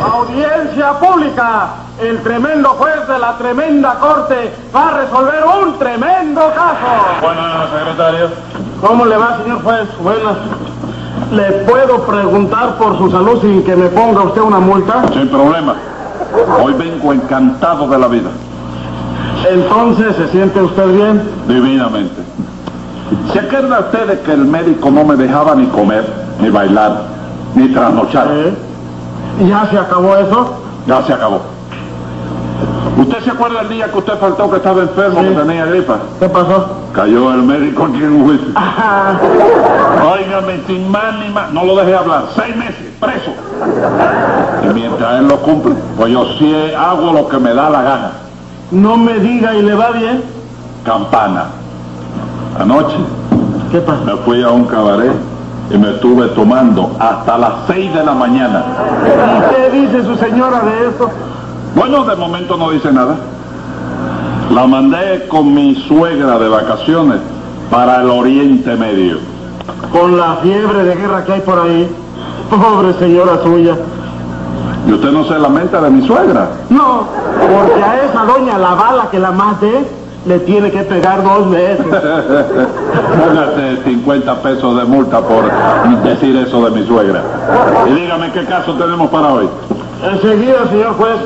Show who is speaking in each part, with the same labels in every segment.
Speaker 1: Audiencia pública. El tremendo juez de la tremenda corte va a resolver un tremendo caso.
Speaker 2: Bueno, secretario.
Speaker 1: ¿Cómo le va, señor juez? Buenas. ¿Le puedo preguntar por su salud sin que me ponga usted una multa?
Speaker 2: Sin problema. Hoy vengo encantado de la vida,
Speaker 1: Entonces, ¿se siente usted bien?
Speaker 2: divinamente. ¿Se acuerda usted de que el médico no me dejaba ni comer, ni bailar, ni trasnochar?
Speaker 1: ¿Eh? ¿Ya se acabó eso?
Speaker 2: Ya se acabó. ¿Usted se acuerda el día que usted faltó que estaba enfermo,
Speaker 1: Sí.
Speaker 2: que tenía gripa?
Speaker 1: ¿Qué pasó?
Speaker 2: Cayó el médico aquí en un juicio. Óigame, sin más ni más, no lo dejé hablar. Seis meses, preso. Y mientras él lo cumple, pues yo sí hago lo que me da la gana.
Speaker 1: No me diga y le va bien.
Speaker 2: Campana. Anoche
Speaker 1: ¿Qué pasó?
Speaker 2: me fui a un cabaret y me estuve tomando hasta las seis de la mañana.
Speaker 1: ¿Y qué dice su señora de esto?
Speaker 2: Bueno, de momento no dice nada. La mandé con mi suegra de vacaciones para el Oriente Medio.
Speaker 1: Con la fiebre de guerra que hay por ahí. Pobre señora suya.
Speaker 2: Y usted no se lamenta de mi suegra.
Speaker 1: No, porque a esa doña la bala que la mate le tiene que pegar dos veces.
Speaker 2: Póngase 50 pesos de multa por decir eso de mi suegra. Y dígame qué caso tenemos para hoy.
Speaker 1: Enseguida, señor juez.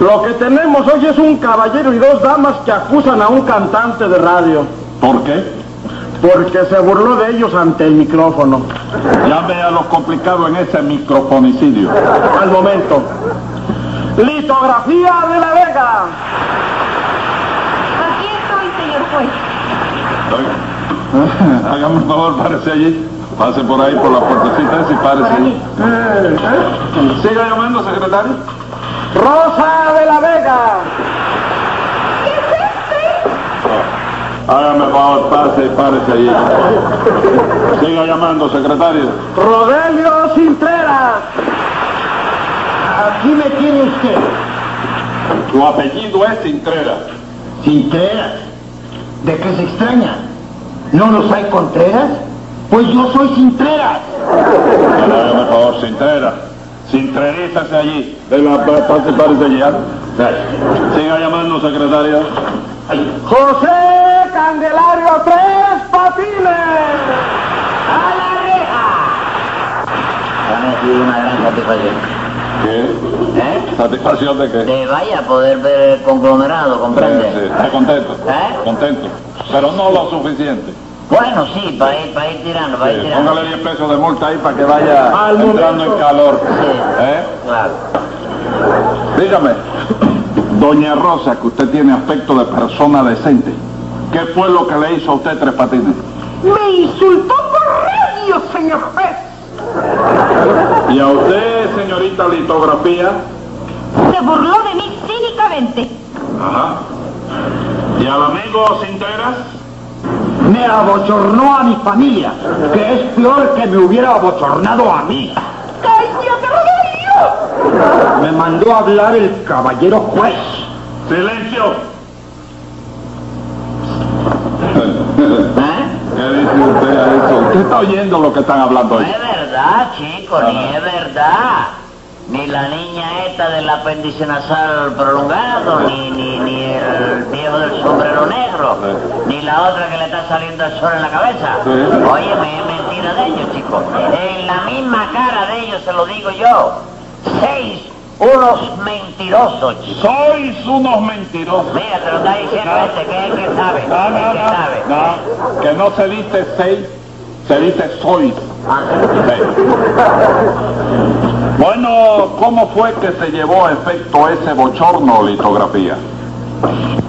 Speaker 1: Lo que tenemos hoy es un caballero y dos damas que acusan a un cantante de radio
Speaker 2: ¿Por qué?
Speaker 1: porque se burló de ellos ante el micrófono.
Speaker 2: Ya vea lo complicado en ese microfonicidio.
Speaker 1: Al momento. Litografía de la Vega.
Speaker 3: Aquí estoy, señor juez.
Speaker 2: Oiga, Hágame un favor, párese allí. Pase por ahí, por la puertecita esa y
Speaker 3: Por
Speaker 2: párese.
Speaker 3: aquí.
Speaker 2: Eh, eh. ¿Siga llamando, secretario?
Speaker 1: Rosa de la Vega.
Speaker 3: ¿Qué es este?
Speaker 2: Hágame un favor, pase y párese allí. Siga llamando, secretario.
Speaker 1: Rodelio Cintreras. Aquí me tiene usted.
Speaker 2: Su apellido es Cintrera.
Speaker 4: Contreras. ¿De qué se extraña? ¿No los hay Contreras? Pues yo soy Contreras.
Speaker 2: Hágame por favor, Cintrera. Sintrerízase allí. De la pa- parte parte allí. ¿ah? Sí. Siga llamando, secretario.
Speaker 1: José Candelario Tres Patines.
Speaker 3: ¡A la reja!
Speaker 4: Ha sido una gran satisfacción.
Speaker 2: ¿Qué?
Speaker 4: ¿Eh?
Speaker 2: ¿Satisfacción de qué?
Speaker 4: Te vaya a poder ver el conglomerado, ¿comprende?
Speaker 2: Sí, sí. Está contento.
Speaker 4: ¿Eh?
Speaker 2: Contento. Pero no lo suficiente.
Speaker 4: Bueno, sí, para ir, para ir tirando, para ir
Speaker 2: Sí,
Speaker 4: tirando.
Speaker 2: Póngale 10 pesos de multa ahí para que vaya
Speaker 1: Al
Speaker 2: entrando
Speaker 1: momento.
Speaker 2: en calor.
Speaker 4: Sí.
Speaker 2: ¿Eh?
Speaker 4: Claro.
Speaker 2: Dígame, doña Rosa, que usted tiene aspecto de persona decente. ¿Qué fue lo que le hizo a usted Tres Patines?
Speaker 3: Me insultó por radio, señor juez.
Speaker 2: Y a usted, señorita litografía.
Speaker 3: Se burló de mí cínicamente.
Speaker 2: Ajá. ¿Y al amigo Cinteras?
Speaker 4: Me abochornó a mi familia, que es peor que me hubiera abochornado a mí.
Speaker 3: ¡Cállate, Rogelio!
Speaker 4: Me mandó a hablar el caballero juez.
Speaker 2: ¡Silencio!
Speaker 4: ¿Eh?
Speaker 2: ¿Qué dice usted a eso? Usted está oyendo lo que están hablando ahí.
Speaker 4: Es verdad, chico, ni
Speaker 2: Ajá.
Speaker 4: es verdad. Ni la niña esta del apéndice nasal prolongado, ni, ni, ni el viejo del sombrero negro,
Speaker 2: Sí.
Speaker 4: ni la otra que le está saliendo el sol en la cabeza.
Speaker 2: Sí.
Speaker 4: Oye, me es mentira de ellos, chico. En la misma cara de ellos se lo digo yo. Seis, unos mentirosos, chico.
Speaker 2: Sois unos mentirosos.
Speaker 4: Mira, te lo está diciendo
Speaker 2: No.
Speaker 4: este, que es el que sabe,
Speaker 2: No,
Speaker 4: el
Speaker 2: no,
Speaker 4: que
Speaker 2: no,
Speaker 4: sabe.
Speaker 2: no. Que no se dice seis, se dice sois.
Speaker 4: Ah,
Speaker 2: Sí. Bueno, ¿cómo fue que se llevó a efecto ese bochorno litografía?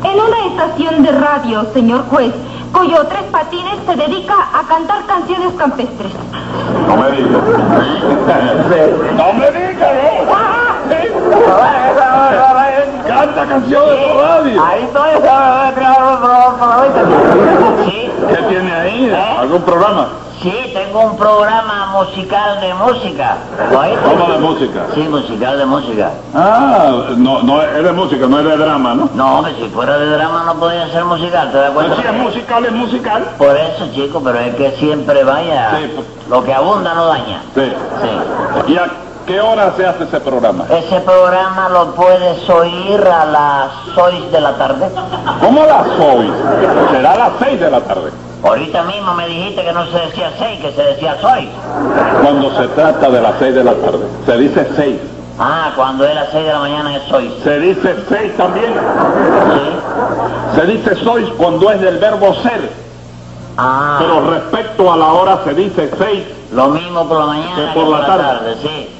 Speaker 3: En una estación de radio, señor juez, cuyo Tres Patines se dedica a cantar canciones campestres.
Speaker 2: No me digas. No me digas. Canta canción de tu radio.
Speaker 4: Ahí estoy, ah, claro, por favor. Sí.
Speaker 2: ¿Qué tiene ahí?
Speaker 4: ¿Eh?
Speaker 2: ¿Algún programa?
Speaker 4: Sí, tengo un programa musical de música. ¿Oíste?
Speaker 2: ¿Cómo de música?
Speaker 4: Sí, musical de música.
Speaker 2: Ah, no, no, es de música, no es de drama, ¿no?
Speaker 4: No, hombre, si fuera de drama no podía ser musical, ¿te das
Speaker 2: Pero
Speaker 4: cuenta?
Speaker 2: si es musical, es musical.
Speaker 4: Por eso, chico, pero es que siempre vaya.
Speaker 2: Sí. pues.
Speaker 4: Lo que abunda no daña.
Speaker 2: Sí.
Speaker 4: Sí.
Speaker 2: ¿Y a ¿Qué hora se hace ese programa?
Speaker 4: Ese programa lo puedes oír a las 6 de la tarde.
Speaker 2: ¿Cómo a las hoy? Será a las seis de la tarde.
Speaker 4: Ahorita mismo me dijiste que no se decía 6, que se decía 6.
Speaker 2: Cuando se trata de las seis de la tarde, se dice seis.
Speaker 4: Ah, cuando es las 6 de la mañana es 6.
Speaker 2: Se dice seis también. Se dice sois cuando es del verbo ser,
Speaker 4: Ah,
Speaker 2: pero respecto a la hora se dice seis.
Speaker 4: lo mismo por la mañana
Speaker 2: que por la tarde.
Speaker 4: sí.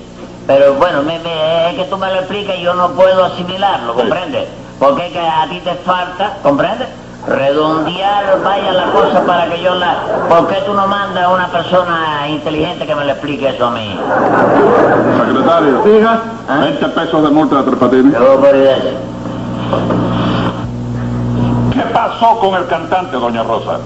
Speaker 4: Pero bueno, me- me- es que tú me lo explicas y yo no puedo asimilarlo,
Speaker 2: Sí.
Speaker 4: ¿comprendes? Porque es que a ti te falta, ¿comprendes? Redondear, vaya la cosa para que yo la... ¿Por qué tú no mandas a una persona inteligente que me lo explique eso a mí? ¿Eh?
Speaker 2: Secretario,
Speaker 5: ¿Eh?
Speaker 1: Diga,
Speaker 2: 20 pesos de multa de Tres Patines.
Speaker 4: Luego por eso.
Speaker 2: ¿Qué pasó con el cantante, doña Rosa?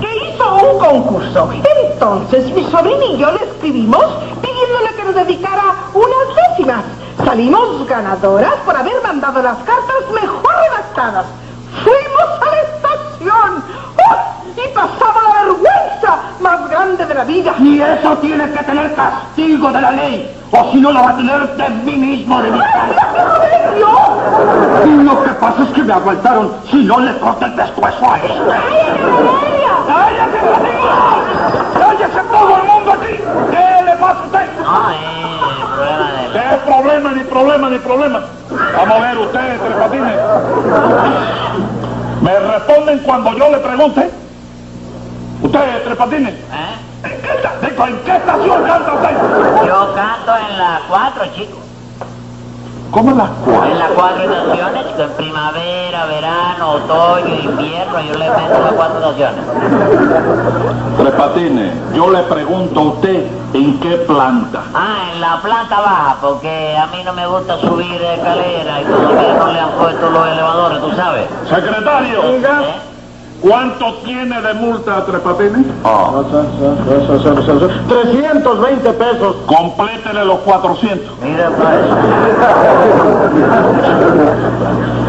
Speaker 6: que hizo un concurso. Entonces mi sobrino y yo le escribimos pidiéndole que nos dedicara unas décimas. Salimos ganadoras por haber mandado las cartas mejor redactadas. Fuimos a la estación ¡Ah! y pasaba la vergüenza más grande de la vida.
Speaker 5: Y eso tiene que tener castigo de la ley, o si no lo va a tener de mí mismo, de mi cara. Y Lo que pasa es que me aguantaron, si no le corté el pescuezo a este. ¡Cállate, Rodrigo! ¡Cállese todo el mundo aquí! ¿Qué le pasa a usted?
Speaker 4: No, es el problema de...
Speaker 2: ¿Qué problema, ni problema, ni problema? Vamos a ver ustedes, Tres Patines. ¿Me responden cuando yo le pregunte? Ustedes, Tres Patines,
Speaker 4: ¿eh?
Speaker 2: ¿en qué, esta- de- en qué estación canta usted?
Speaker 4: Yo canto en las cuatro, chicos.
Speaker 2: ¿Cómo las
Speaker 4: En las cuatro estaciones, en primavera, verano, otoño, invierno, yo le meto las cuatro estaciones.
Speaker 2: Tres Patines, yo le pregunto a usted en qué planta.
Speaker 4: Ah, en la planta baja, porque a mí no me gusta subir escalera y todavía no le han puesto los elevadores, tú sabes.
Speaker 2: Secretario,
Speaker 4: ¿Eh?
Speaker 2: ¿cuánto tiene de multa a Tres Patines?
Speaker 1: 320 pesos.
Speaker 2: Complétele los 400.
Speaker 4: Mira para eso.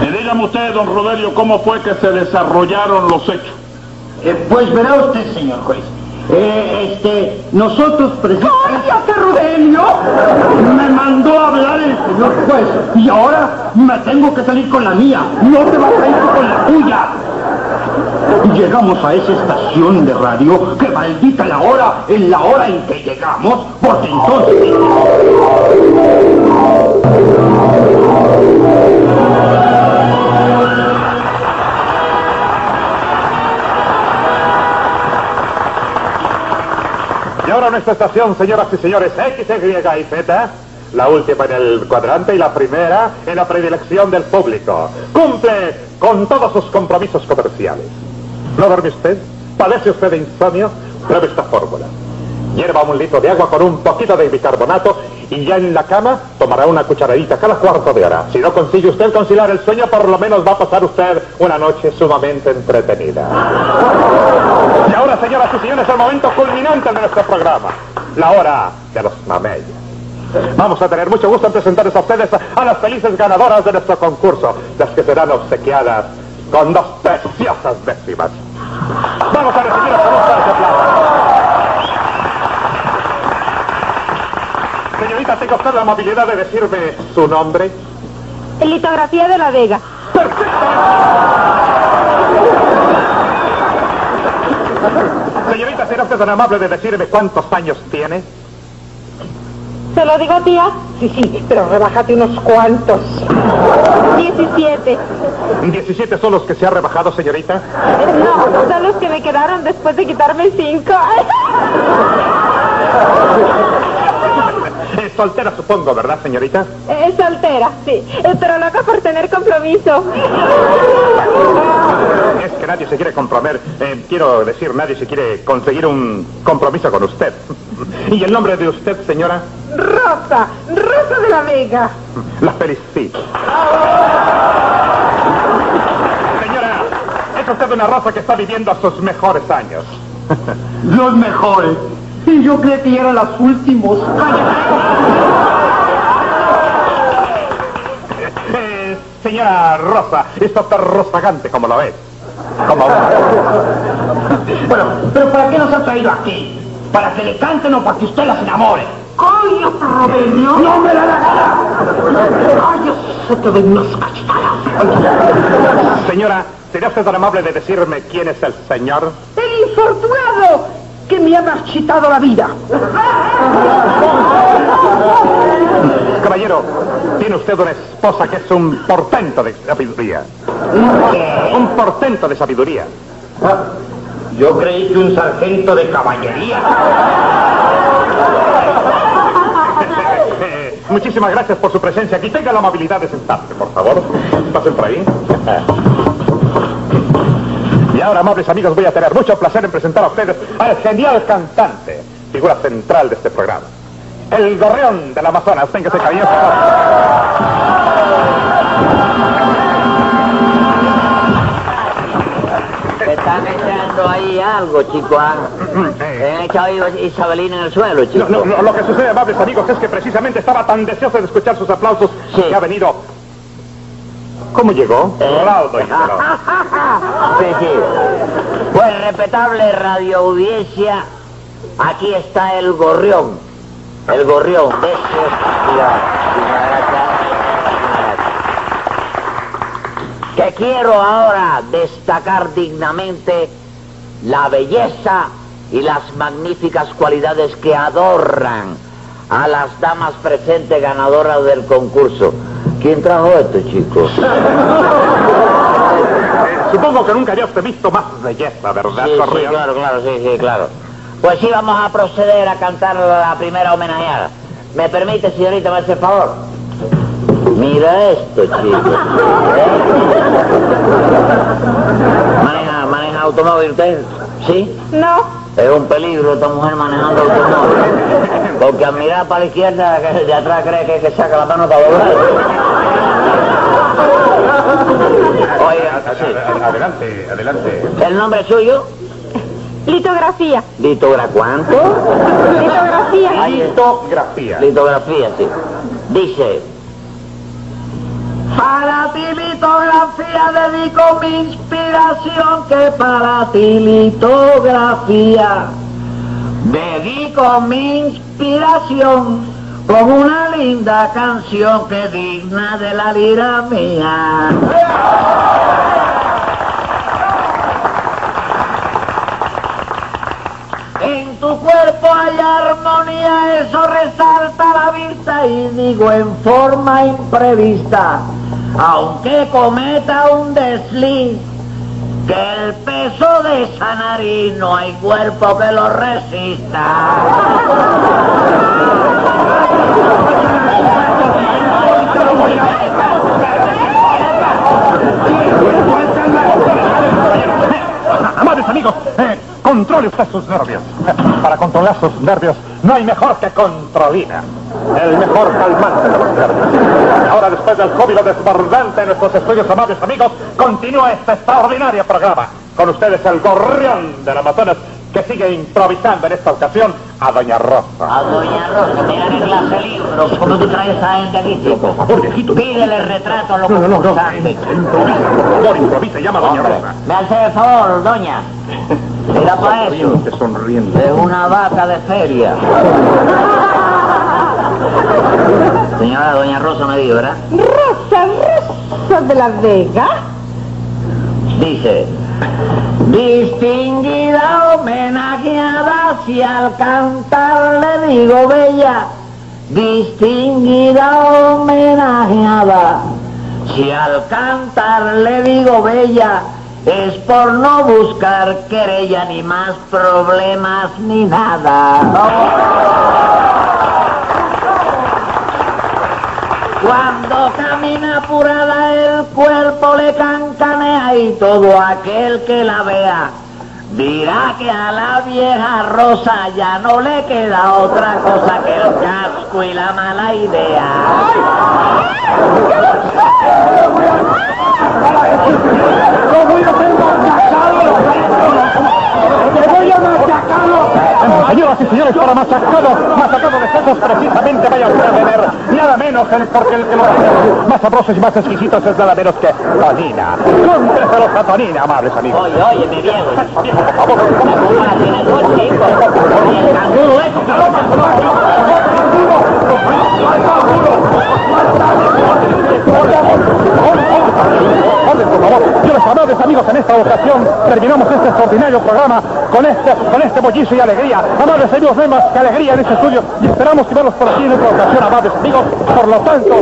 Speaker 2: Y dígame usted, don Rodelio, cómo fue que se desarrollaron los hechos.
Speaker 5: Eh, pues verá usted, señor juez. Eh, este, nosotros precisamente...
Speaker 6: ¡Cállate, Rudelio!
Speaker 5: Me mandó a hablar el señor juez y ahora me tengo que salir con la mía. No te vas a ir tú con la tuya. Llegamos a esa estación de radio que maldita la hora en la hora en que llegamos, porque entonces...
Speaker 7: Y ahora nuestra estación, señoras y señores, X, Y y Z, la última en el cuadrante y la primera en la predilección del público. Cumple con todos sus compromisos comerciales. ¿No duerme usted? ¿Padece usted de insomnio? Pruebe esta fórmula. Hierva un litro de agua con un poquito de bicarbonato y ya en la cama tomará una cucharadita cada cuarto de hora. Si no consigue usted conciliar el sueño, por lo menos va a pasar usted una noche sumamente entretenida. Y ahora, señoras y señores, el momento culminante de nuestro programa. La hora de los mamellos. Vamos a tener mucho gusto en presentarles a ustedes a, a las felices ganadoras de nuestro concurso, las que serán obsequiadas con dos preciosas décimas. Vamos a recibirlas con un fuerte aplauso. Señorita, tenga usted la amabilidad de decirme su nombre.
Speaker 3: Litografía de la Vega.
Speaker 7: Señorita, ¿será usted tan amable de decirme cuántos años tiene?
Speaker 3: ¿Se lo digo, tía?
Speaker 6: Sí, sí, pero rebájate unos cuantos.
Speaker 3: 17.
Speaker 7: ¿17 son los que se ha rebajado, señorita?
Speaker 3: No, son los que me quedaron después de quitarme 5.
Speaker 7: Es soltera, supongo, ¿verdad, señorita?
Speaker 3: Es soltera, sí. Pero loca por tener compromiso.
Speaker 7: Es que nadie se quiere comprometer, eh, quiero decir, nadie se quiere conseguir un compromiso con usted. ¿Y el nombre de usted, señora?
Speaker 6: Rosa, Rosa de la Vega.
Speaker 7: La felicito. Señora, es usted una rosa que está viviendo sus mejores años.
Speaker 5: Los mejores. Y yo creí que ya eran los últimos.
Speaker 7: Eh, señora Rosa, está tan rozagante como la ves. Como
Speaker 5: Bueno, pero ¿para qué nos ha traído aquí? ¿Para que le canten o para que usted las enamore?
Speaker 6: ¿Cómo ¡Ay, otro venio!
Speaker 5: ¡No me da la gana!
Speaker 6: ¡Ay, se te ven los cachetadas!
Speaker 7: Señora, ¿sería usted tan amable de decirme quién es el señor?
Speaker 6: ¡El infortunado que me ha marchitado la vida!
Speaker 7: Caballero, tiene usted una esposa que es un portento de sabiduría. Un portento de sabiduría.
Speaker 5: Yo creí que un sargento de caballería.
Speaker 7: Eh, Muchísimas gracias por su presencia aquí. Tenga la amabilidad de sentarse, por favor. Pasen por ahí. Y ahora, amables amigos, voy a tener mucho placer en presentar a ustedes al genial cantante, figura central de este programa. El gorreón del Amazonas. Téngase cariñoso.
Speaker 4: Me están echando ahí algo, chico. ah. Me han echado ahí Isabelina en el suelo,
Speaker 7: No,
Speaker 4: chico.
Speaker 7: no, no, lo que sucede, amables amigos, es que precisamente estaba tan deseoso de escuchar sus aplausos
Speaker 4: Sí.
Speaker 7: que ha venido. ¿Cómo llegó? Raudo y veloz.
Speaker 4: Sí, sí. Pues respetable radioaudiencia, aquí está el gorrión. El gorrión. de su- Que quiero ahora destacar dignamente la belleza y las magníficas cualidades que adornan a las damas presentes ganadoras del concurso. ¿Quién trajo esto, chicos?
Speaker 7: Eh, Supongo que nunca había usted visto más belleza, ¿verdad,
Speaker 4: Sí, sí,
Speaker 7: Correo?
Speaker 4: claro, claro, sí, sí, claro. Pues sí, vamos a proceder a cantar la primera homenajeada. ¿Me permite, señorita, me hace el favor? Mira esto, chico. ¿Maneja, maneja automóvil usted? ¿Sí?
Speaker 6: No,
Speaker 4: Es un peligro esta mujer manejando automóvil. Porque al mirar para la izquierda, que de atrás cree que, que saca la mano para doblar. Oiga, sí.
Speaker 7: Adelante, adelante.
Speaker 4: ¿El nombre es suyo?
Speaker 3: Litografía.
Speaker 4: Litora, ¿cuánto?
Speaker 3: Litografía.
Speaker 4: Ahí está.
Speaker 7: Litografía.
Speaker 4: Litografía, sí. Dice,
Speaker 6: Para ti litografía dedico mi inspiración que para ti litografía dedico mi inspiración con una linda canción que digna de la lira mía. En tu cuerpo hay armonía, eso resalta la vista y digo en forma imprevista, aunque cometa un desliz, que el peso de esa nariz no hay cuerpo que lo resista.
Speaker 7: Amables amigos, eh, controle usted sus nervios. Para controlar sus nervios no hay mejor que controlina. El mejor calmante de los nervios. Ahora, después del júbilo desbordante de nuestros estudios, amables amigos, continúa este extraordinario programa. Con ustedes el gorrión del Amazonas que sigue improvisando en esta ocasión a Doña Rosa.
Speaker 4: a Doña Rosa, mira qué clase de libros, ¿cómo tú traes a esa gente aquí, chico? Pídele el retrato a los concursantes.
Speaker 7: Improvisa, por favor, improvisa, llama a Doña
Speaker 4: Hombre,
Speaker 7: Rosa.
Speaker 4: me hace el favor, doña. Mira para eso.
Speaker 7: Sonriente, sonriente.
Speaker 4: Es una vaca de feria. Señora, doña Rosa me dijo, ¿verdad?
Speaker 6: Rosa, Rosa de la Vega.
Speaker 4: Dice,
Speaker 6: Distinguida homenajeada, si al cantar le digo bella, distinguida homenajeada, si al cantar le digo bella, es por no buscar querella ni más problemas ni nada. Cuando camina apurada el cuerpo le cancanea y todo aquel que la vea dirá que a la vieja rosa ya no le queda otra cosa que el casco y la mala idea.
Speaker 5: ¡No voy a ser machacado! ¡Te voy a machacarlo!
Speaker 7: Señoras y señores, para machacados, machacados de sesos, precisamente vaya usted a beber nada nada menos el, porque el que lo hace más sabrosos y más exquisitos es nada menos que Tonina. Cómpreselo a Tonina, amables amigos.
Speaker 4: Oye, oye, mi viejo. Apúrate en el coche, hijo. Porque el canguro es-
Speaker 7: Orden, por favor. Yo los amables amigos, en esta ocasión terminamos este extraordinario programa con este, con este bullicio y alegría. Amables amigos, no hay más que alegría en este estudio y esperamos que verlos por aquí en otra ocasión, amables amigos. Por lo tanto,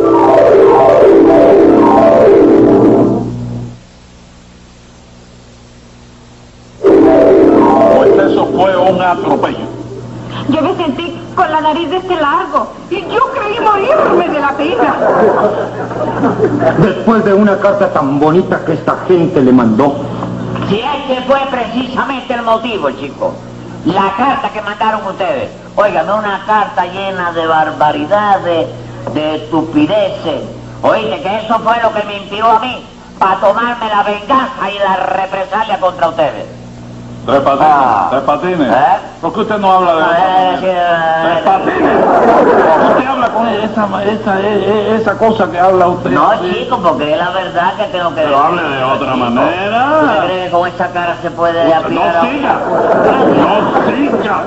Speaker 2: Pues eso fue un atropello.
Speaker 3: Yo me sentí con la nariz de este largo.
Speaker 6: Y yo creí morirme de la pena.
Speaker 1: Después de una carta tan bonita que esta gente le mandó.
Speaker 4: Si ese fue precisamente el motivo, chico. La carta que mandaron ustedes. Óigame, una carta llena de barbaridades, de estupideces. Oíste, que eso fue lo que me inspiró a mí para tomarme la venganza y la represalia contra ustedes.
Speaker 2: Tres patines,
Speaker 4: Ah.
Speaker 2: tres patines.
Speaker 4: ¿Eh?
Speaker 2: ¿Por qué usted no habla de
Speaker 4: Ah,
Speaker 2: eso?
Speaker 4: sí, ah,
Speaker 2: Tres patines. Usted habla con esa, esa, e- e- esa cosa que habla usted.
Speaker 4: No, chico, porque es la verdad que tengo que
Speaker 2: Pero hable de otra manera.
Speaker 4: ¿Usted cree que con esa cara se puede aplicar
Speaker 2: No
Speaker 4: a-
Speaker 2: siga, no siga.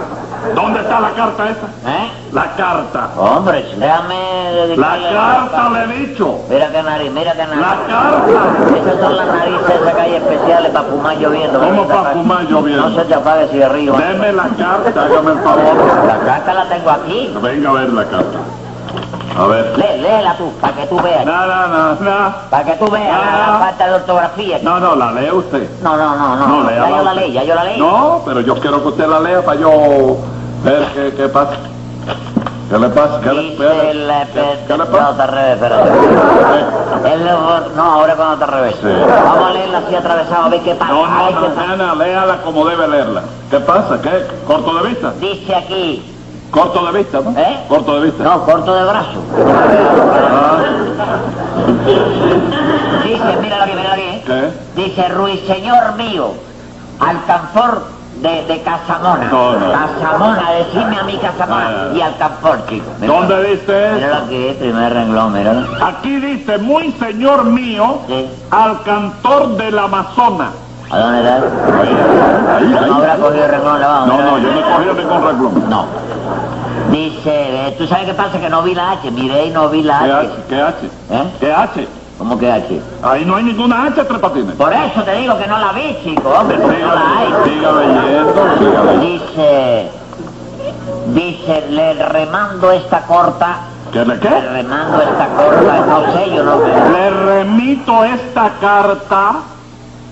Speaker 2: ¿Dónde está la carta esa?
Speaker 4: ¿Eh?
Speaker 2: La carta.
Speaker 4: Hombre, chico, déjame
Speaker 2: La
Speaker 4: dedicarle
Speaker 2: carta le he dicho.
Speaker 4: Mira qué nariz, mira qué nariz.
Speaker 2: La carta.
Speaker 4: Esas son las narices de esa calle especiales para fumar lloviendo.
Speaker 2: ¿Cómo
Speaker 4: ¿verdad?
Speaker 2: para fumar lloviendo?
Speaker 4: No se te apague el cigarrillo. ¿eh?
Speaker 2: Deme la carta, hágame el favor.
Speaker 4: La carta la tengo aquí.
Speaker 2: Venga a ver la carta. A ver.
Speaker 4: Lé, léela tú, para que tú veas.
Speaker 2: No, no, no, no.
Speaker 4: Para que tú veas
Speaker 2: No.
Speaker 4: la falta de ortografía.
Speaker 2: No, no, la lee usted.
Speaker 4: no, no, no. no.
Speaker 2: No, léala
Speaker 4: ya yo la
Speaker 2: usted.
Speaker 4: leí, ya yo la leí.
Speaker 2: No, pero yo quiero que usted la lea para yo ver qué, qué pasa. ¿Qué le pasa? ¿Qué le,
Speaker 4: Dice el... eh,
Speaker 2: ¿Qué- qué le
Speaker 4: No,
Speaker 2: pasa?
Speaker 4: te al revés, espérate. El- no, ahora cuando te al revés.
Speaker 2: Sí.
Speaker 4: Vamos a leerla así atravesado, a ver qué pasa.
Speaker 2: No,
Speaker 4: a
Speaker 2: no,
Speaker 4: ver qué
Speaker 2: no,
Speaker 4: pasa.
Speaker 2: nena, léala como debe leerla. ¿Qué pasa? ¿Qué? ¿Corto de vista?
Speaker 4: Dice aquí,
Speaker 2: Corto de vista, ¿no?
Speaker 4: ¿Eh?
Speaker 2: Corto de vista.
Speaker 4: no, corto de brazo.
Speaker 2: Ah,
Speaker 4: Dice, míralo aquí, míralo aquí. ¿eh?
Speaker 2: ¿Qué?
Speaker 4: Dice Ruiseñor mío, alcanfor de, de Casamona.
Speaker 2: No, no.
Speaker 4: Casamona, decime a mí Casamona
Speaker 2: No, no, no.
Speaker 4: y alcanfor, chico. Míralo.
Speaker 2: ¿Dónde dice eso?
Speaker 4: Míralo aquí, primer renglón, míralo.
Speaker 2: Aquí dice, muy señor mío,
Speaker 4: Sí.
Speaker 2: al cantor del Amazonas.
Speaker 4: ¿A dónde está? No habrá cogido el renglón abajo.
Speaker 2: No,
Speaker 4: míralo.
Speaker 2: no, yo no he cogido ningún renglón.
Speaker 4: No. Dice, eh, ¿tú sabes qué pasa? Que no vi la H, miré y no vi
Speaker 2: ¿Qué
Speaker 4: la H.
Speaker 2: H? ¿Qué H?
Speaker 4: ¿Eh?
Speaker 2: ¿Qué H?
Speaker 4: ¿Cómo que H?
Speaker 2: Ahí no hay ninguna H, Tres Patines.
Speaker 4: Por eso te digo que no la vi, chico, hombre, porque no la hay.
Speaker 2: Siga, siga leyendo, siga leyendo.
Speaker 4: Dice, dice, le remando esta corta,
Speaker 2: ¿Qué le
Speaker 4: le
Speaker 2: qué?
Speaker 4: remando esta corta, no sé, yo no
Speaker 2: Le remito esta carta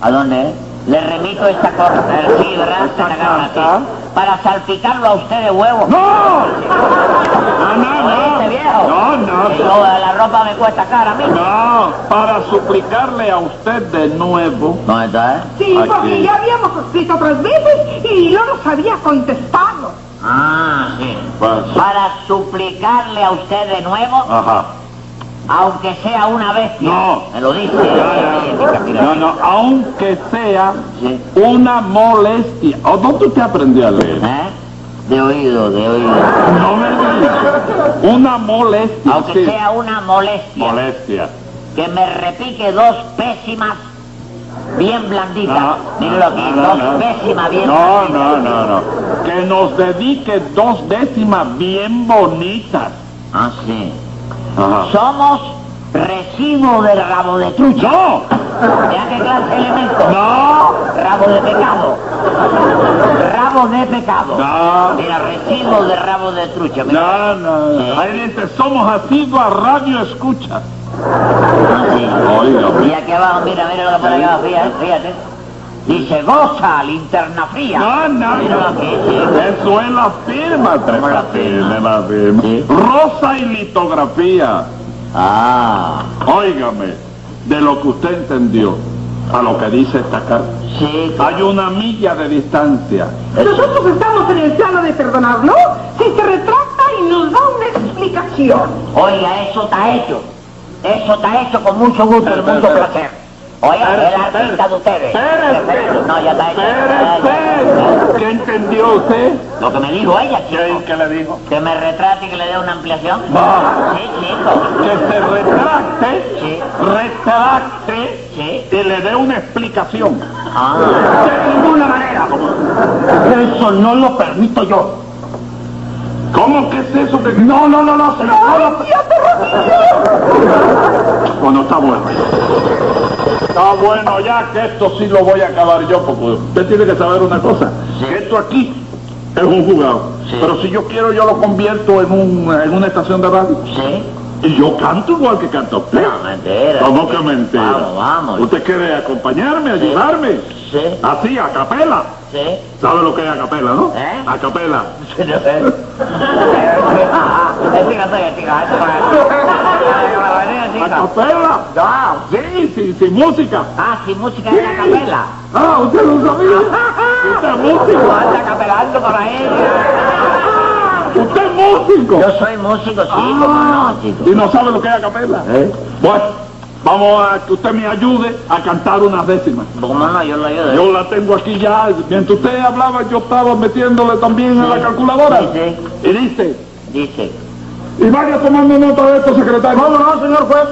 Speaker 4: ¿A dónde? es? Le remito esta corta, eh, sí, ¿verdad?
Speaker 2: Esta
Speaker 4: Se la agarra
Speaker 2: carta.
Speaker 4: aquí, para salpicarlo a usted de huevo.
Speaker 2: ¡No! ¡No, no,
Speaker 4: ¿Oíste,
Speaker 2: no!
Speaker 4: viejo?
Speaker 2: No, no,
Speaker 4: Que
Speaker 2: no.
Speaker 4: yo, eh, la ropa me cuesta cara a mí.
Speaker 2: No, para suplicarle a usted de nuevo.
Speaker 4: ¿Dónde está, eh?
Speaker 6: Sí,
Speaker 2: Aquí.
Speaker 6: porque ya habíamos escrito otras veces y no nos había contestado.
Speaker 4: Ah, sí.
Speaker 2: Pues,
Speaker 4: Para suplicarle a usted de nuevo,
Speaker 2: Ajá.
Speaker 4: aunque sea una bestia.
Speaker 2: No.
Speaker 4: Me lo dice.
Speaker 2: Ya,
Speaker 4: eh,
Speaker 2: ya.
Speaker 4: mira, mira.
Speaker 2: No, no, aunque sea
Speaker 4: Sí.
Speaker 2: una molestia. ¿O ¿Dónde usted aprendió a leer?
Speaker 4: ¿Eh? De oído, de oído.
Speaker 2: No me diga. Una molestia.
Speaker 4: Aunque
Speaker 2: sí.
Speaker 4: sea una molestia,
Speaker 2: Molestia.
Speaker 4: que me repique dos pésimas bien blanditas.
Speaker 2: No,
Speaker 4: Míralo aquí,
Speaker 2: no,
Speaker 4: dos
Speaker 2: no.
Speaker 4: pésimas bien
Speaker 2: No,
Speaker 4: blanditas.
Speaker 2: no, no, no. Que nos dedique dos décimas bien bonitas.
Speaker 4: Ah, sí.
Speaker 2: Ajá.
Speaker 4: Somos residuo del rabo de trucha.
Speaker 2: ¡No!
Speaker 4: Vea qué clase de elemento.
Speaker 2: ¡No!
Speaker 4: Rabo de pecado. Rabo de pecado.
Speaker 2: No.
Speaker 4: Mira, residuo de rabo de trucha. Mira.
Speaker 2: No, no, no. Ahí dice, somos asiduos a radio escucha.
Speaker 4: Ah, sí.
Speaker 2: Oiga.
Speaker 4: Y aquí abajo, mira, mira lo que pone aquí abajo, fíjate, fíjate. Dice, goza, linterna fría.
Speaker 2: No, no,
Speaker 4: Míralo aquí,
Speaker 2: no.
Speaker 4: chico.
Speaker 2: Eso es la firma, Tres
Speaker 4: ¿Cómo la
Speaker 2: Patines,
Speaker 4: firma?
Speaker 2: la firma.
Speaker 4: Sí.
Speaker 2: Rosa y litografía.
Speaker 4: Ah,
Speaker 2: Óigame, de lo que usted entendió a lo que dice esta carta.
Speaker 4: sí.
Speaker 2: Hay una milla de distancia.
Speaker 6: Nosotros estamos en el plano de perdonarlo si se retracta y nos da una explicación.
Speaker 4: Oiga, eso está hecho. Eso está hecho con mucho gusto y
Speaker 2: Espera,
Speaker 4: mucho
Speaker 2: espera, espera.
Speaker 4: placer. Oye, el artista de ustedes. No, ya está hecho.
Speaker 2: Espérese. ¿Qué entendió usted?
Speaker 4: Lo que me dijo ella,
Speaker 2: ¿Qué,
Speaker 4: chico.
Speaker 2: qué le dijo?
Speaker 4: Que me retrate y que le dé una ampliación.
Speaker 2: Va.
Speaker 4: Sí, chico.
Speaker 2: Que se retracte,
Speaker 4: Sí.
Speaker 2: retracte
Speaker 4: Sí.
Speaker 2: y le dé una explicación.
Speaker 4: Ah.
Speaker 5: De ninguna manera.
Speaker 2: Eso no lo permito yo. ¿Cómo que es eso? que- No, no, no, no, señor. No, lo- Bueno, está bueno. Está bueno ya que esto sí lo voy a acabar yo, porque usted tiene que saber una cosa.
Speaker 4: Sí.
Speaker 2: Que esto aquí es un jugado.
Speaker 4: Sí.
Speaker 2: Pero si yo quiero, yo lo convierto en, un, en una estación de radio.
Speaker 4: Sí.
Speaker 2: Y yo canto igual que canta usted.
Speaker 4: No, mentira.
Speaker 2: ¿Cómo que mentira?
Speaker 4: Vamos, vamos.
Speaker 2: ¿Usted quiere acompañarme, ayudarme?
Speaker 4: Sí,
Speaker 2: Así, a capela.
Speaker 4: sí.
Speaker 2: ¿Sabe lo que es a capela, no?
Speaker 4: ¿Eh?
Speaker 2: A capela.
Speaker 4: Sí, yo sé. Eh, chica, soy chica, esto
Speaker 2: ¿A
Speaker 4: para-
Speaker 2: capela?
Speaker 4: No.
Speaker 2: Sí, sí, sin música.
Speaker 4: Ah, sin música de la capela.
Speaker 2: Ah, usted no sabía. Usted es
Speaker 4: Tú
Speaker 2: músico.
Speaker 4: andas capelando por ahí.
Speaker 2: Usted es músico. Ah,
Speaker 4: Yo soy músico, sí, cómo no, chico.
Speaker 2: Y no sabe lo que es a capela.
Speaker 4: ¿Eh?
Speaker 2: Bueno, vamos a que usted me ayude a cantar unas décimas.
Speaker 4: ¿Cómo no? Yo lo ayudo.
Speaker 2: Yo la tengo aquí ya. Mientras usted hablaba, yo estaba metiéndole también en la calculadora.
Speaker 4: Sí,
Speaker 2: Y dice,
Speaker 4: Dice,
Speaker 2: y vaya tomando nota de esto, secretario. ¿Cómo no, señor juez?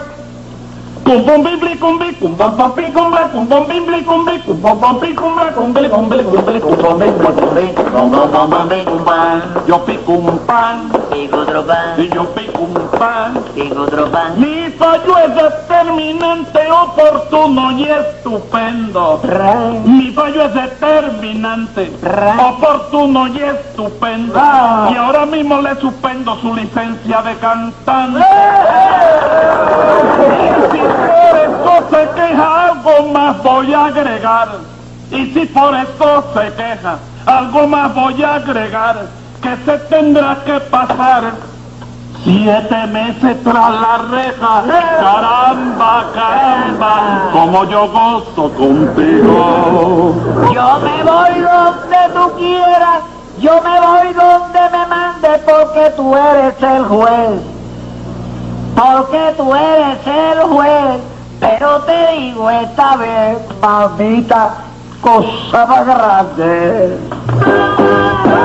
Speaker 2: Cumbombimble, cumbi, cumbambapi, cumba, cumbombimble, cumbi, cumbambapi, cumba, cumble, cumble, cumble, cumbombe, cumbe, cumbambambe, cumban. Yo pico un pan,
Speaker 4: pico otro pan,
Speaker 2: y yo pico un pan.
Speaker 4: pico otro pan.
Speaker 2: Mi fallo es determinante, oportuno y estupendo. Mi fallo es determinante, oportuno y estupendo. Y ahora mismo le suspendo su licencia de cantante. Y si por esto se queja, algo más voy a agregar. Y si por esto se queja, algo más voy a agregar. Que se tendrá que pasar Siete meses tras la reja, caramba, caramba, como yo gozo contigo.
Speaker 4: Yo me voy donde tú quieras, yo me voy donde me mandes porque tú eres el juez. Porque tú eres el juez, pero te digo esta vez, mamita, cosa más grande.